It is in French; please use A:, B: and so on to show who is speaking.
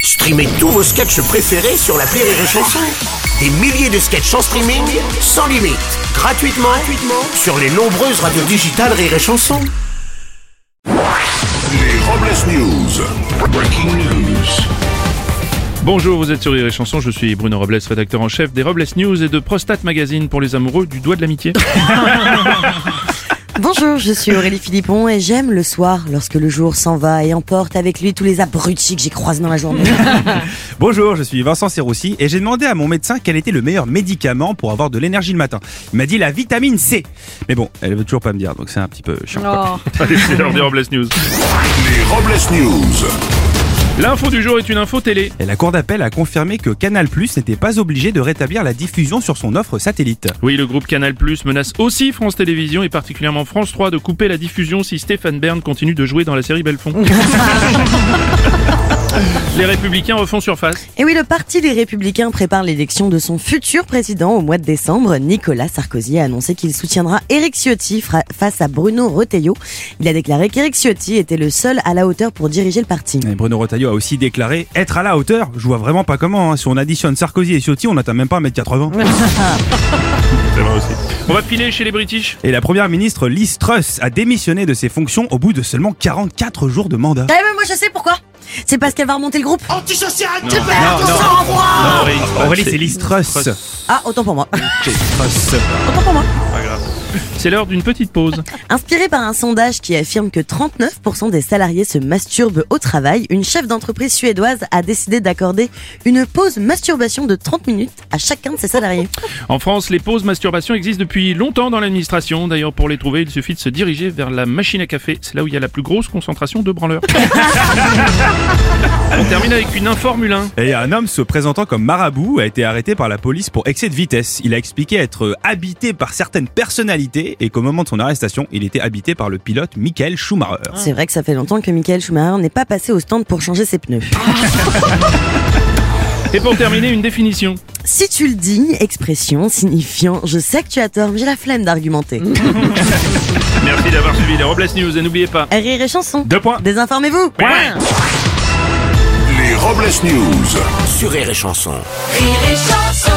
A: Streamez tous vos sketchs préférés sur la Rire et Chanson. Des milliers de sketchs en streaming, sans limite, gratuitement, gratuitement sur les nombreuses radios digitales Rire et Chanson.
B: Les Robles News. Breaking news.
C: Bonjour, vous êtes sur Rire et Chanson, je suis Bruno Robles, rédacteur en chef des Robles News et de Prostate Magazine pour les amoureux du doigt de l'amitié.
D: Bonjour, je suis Aurélie Philippon et j'aime le soir lorsque le jour s'en va et emporte avec lui tous les abrutis que j'ai croisés dans la journée.
E: Bonjour, je suis Vincent Serroussi et j'ai demandé à mon médecin quel était le meilleur médicament pour avoir de l'énergie le matin. Il m'a dit la vitamine C. Mais bon, elle veut toujours pas me dire, donc c'est un petit peu chiant. quoi.
C: Allez, c'est l'heure des Robles News.
B: Les Robles News.
C: L'info du jour est une info télé.
E: Et la cour d'appel a confirmé que Canal+ n'était pas obligé de rétablir la diffusion sur son offre satellite.
C: Oui, le groupe Canal Plus menace aussi France Télévisions et particulièrement France 3 de couper la diffusion si Stéphane Bern continue de jouer dans la série Belfond. les Républicains refont surface.
D: Et oui, le parti des Républicains prépare l'élection de son futur président au mois de décembre. Nicolas Sarkozy a annoncé qu'il soutiendra Éric Ciotti fra- face à Bruno Retailleau. Il a déclaré qu'Éric Ciotti était le seul à la hauteur pour diriger le parti.
E: Et Bruno Retailleau a aussi déclaré être à la hauteur. Je vois vraiment pas comment. hein. Si on additionne Sarkozy et Ciotti, on n'atteint même pas 1m80.
C: On va filer chez les British.
E: Et la première ministre Liz Truss a démissionné de ses fonctions au bout de seulement 44 jours de mandat.
D: Eh ben moi je sais pourquoi. C'est parce qu'elle va remonter le groupe.
A: Antisocial,
E: non, non.
C: Aurélie,
E: Aurélie, Ah, c'est Liz Truss.
D: Ah, autant pour moi.
E: Truss.
D: Autant pour moi.
C: C'est l'heure d'une petite pause.
D: Inspirée par un sondage qui affirme que 39% des salariés se masturbent au travail, une chef d'entreprise suédoise a décidé d'accorder une pause masturbation de 30 minutes à chacun de ses salariés.
C: En France, les pauses masturbation existent depuis longtemps dans l'administration. D'ailleurs, pour les trouver, il suffit de se diriger vers la machine à café. C'est là où il y a la plus grosse concentration de branleurs. On termine avec une informule 1.
E: Et un homme se présentant comme marabout a été arrêté par la police pour excès de vitesse. Il a expliqué être habité par certaines personnalités et qu'au moment de son arrestation, il était habité par le pilote Michael Schumacher.
C: Ah.
D: C'est vrai que ça fait longtemps que Michael Schumacher n'est pas passé au stand pour changer ses pneus.
C: Et pour terminer, une définition.
D: Si tu le dis, expression signifiant je sais que tu as tort, mais j'ai la flemme d'argumenter.
C: Mm. Merci d'avoir suivi les Robles News et n'oubliez pas.
D: Rire et chanson.
C: Deux points.
D: Désinformez-vous.
C: Point.
B: Les Robles News.
A: Sur Rire et Chanson.
F: Rire et chanson.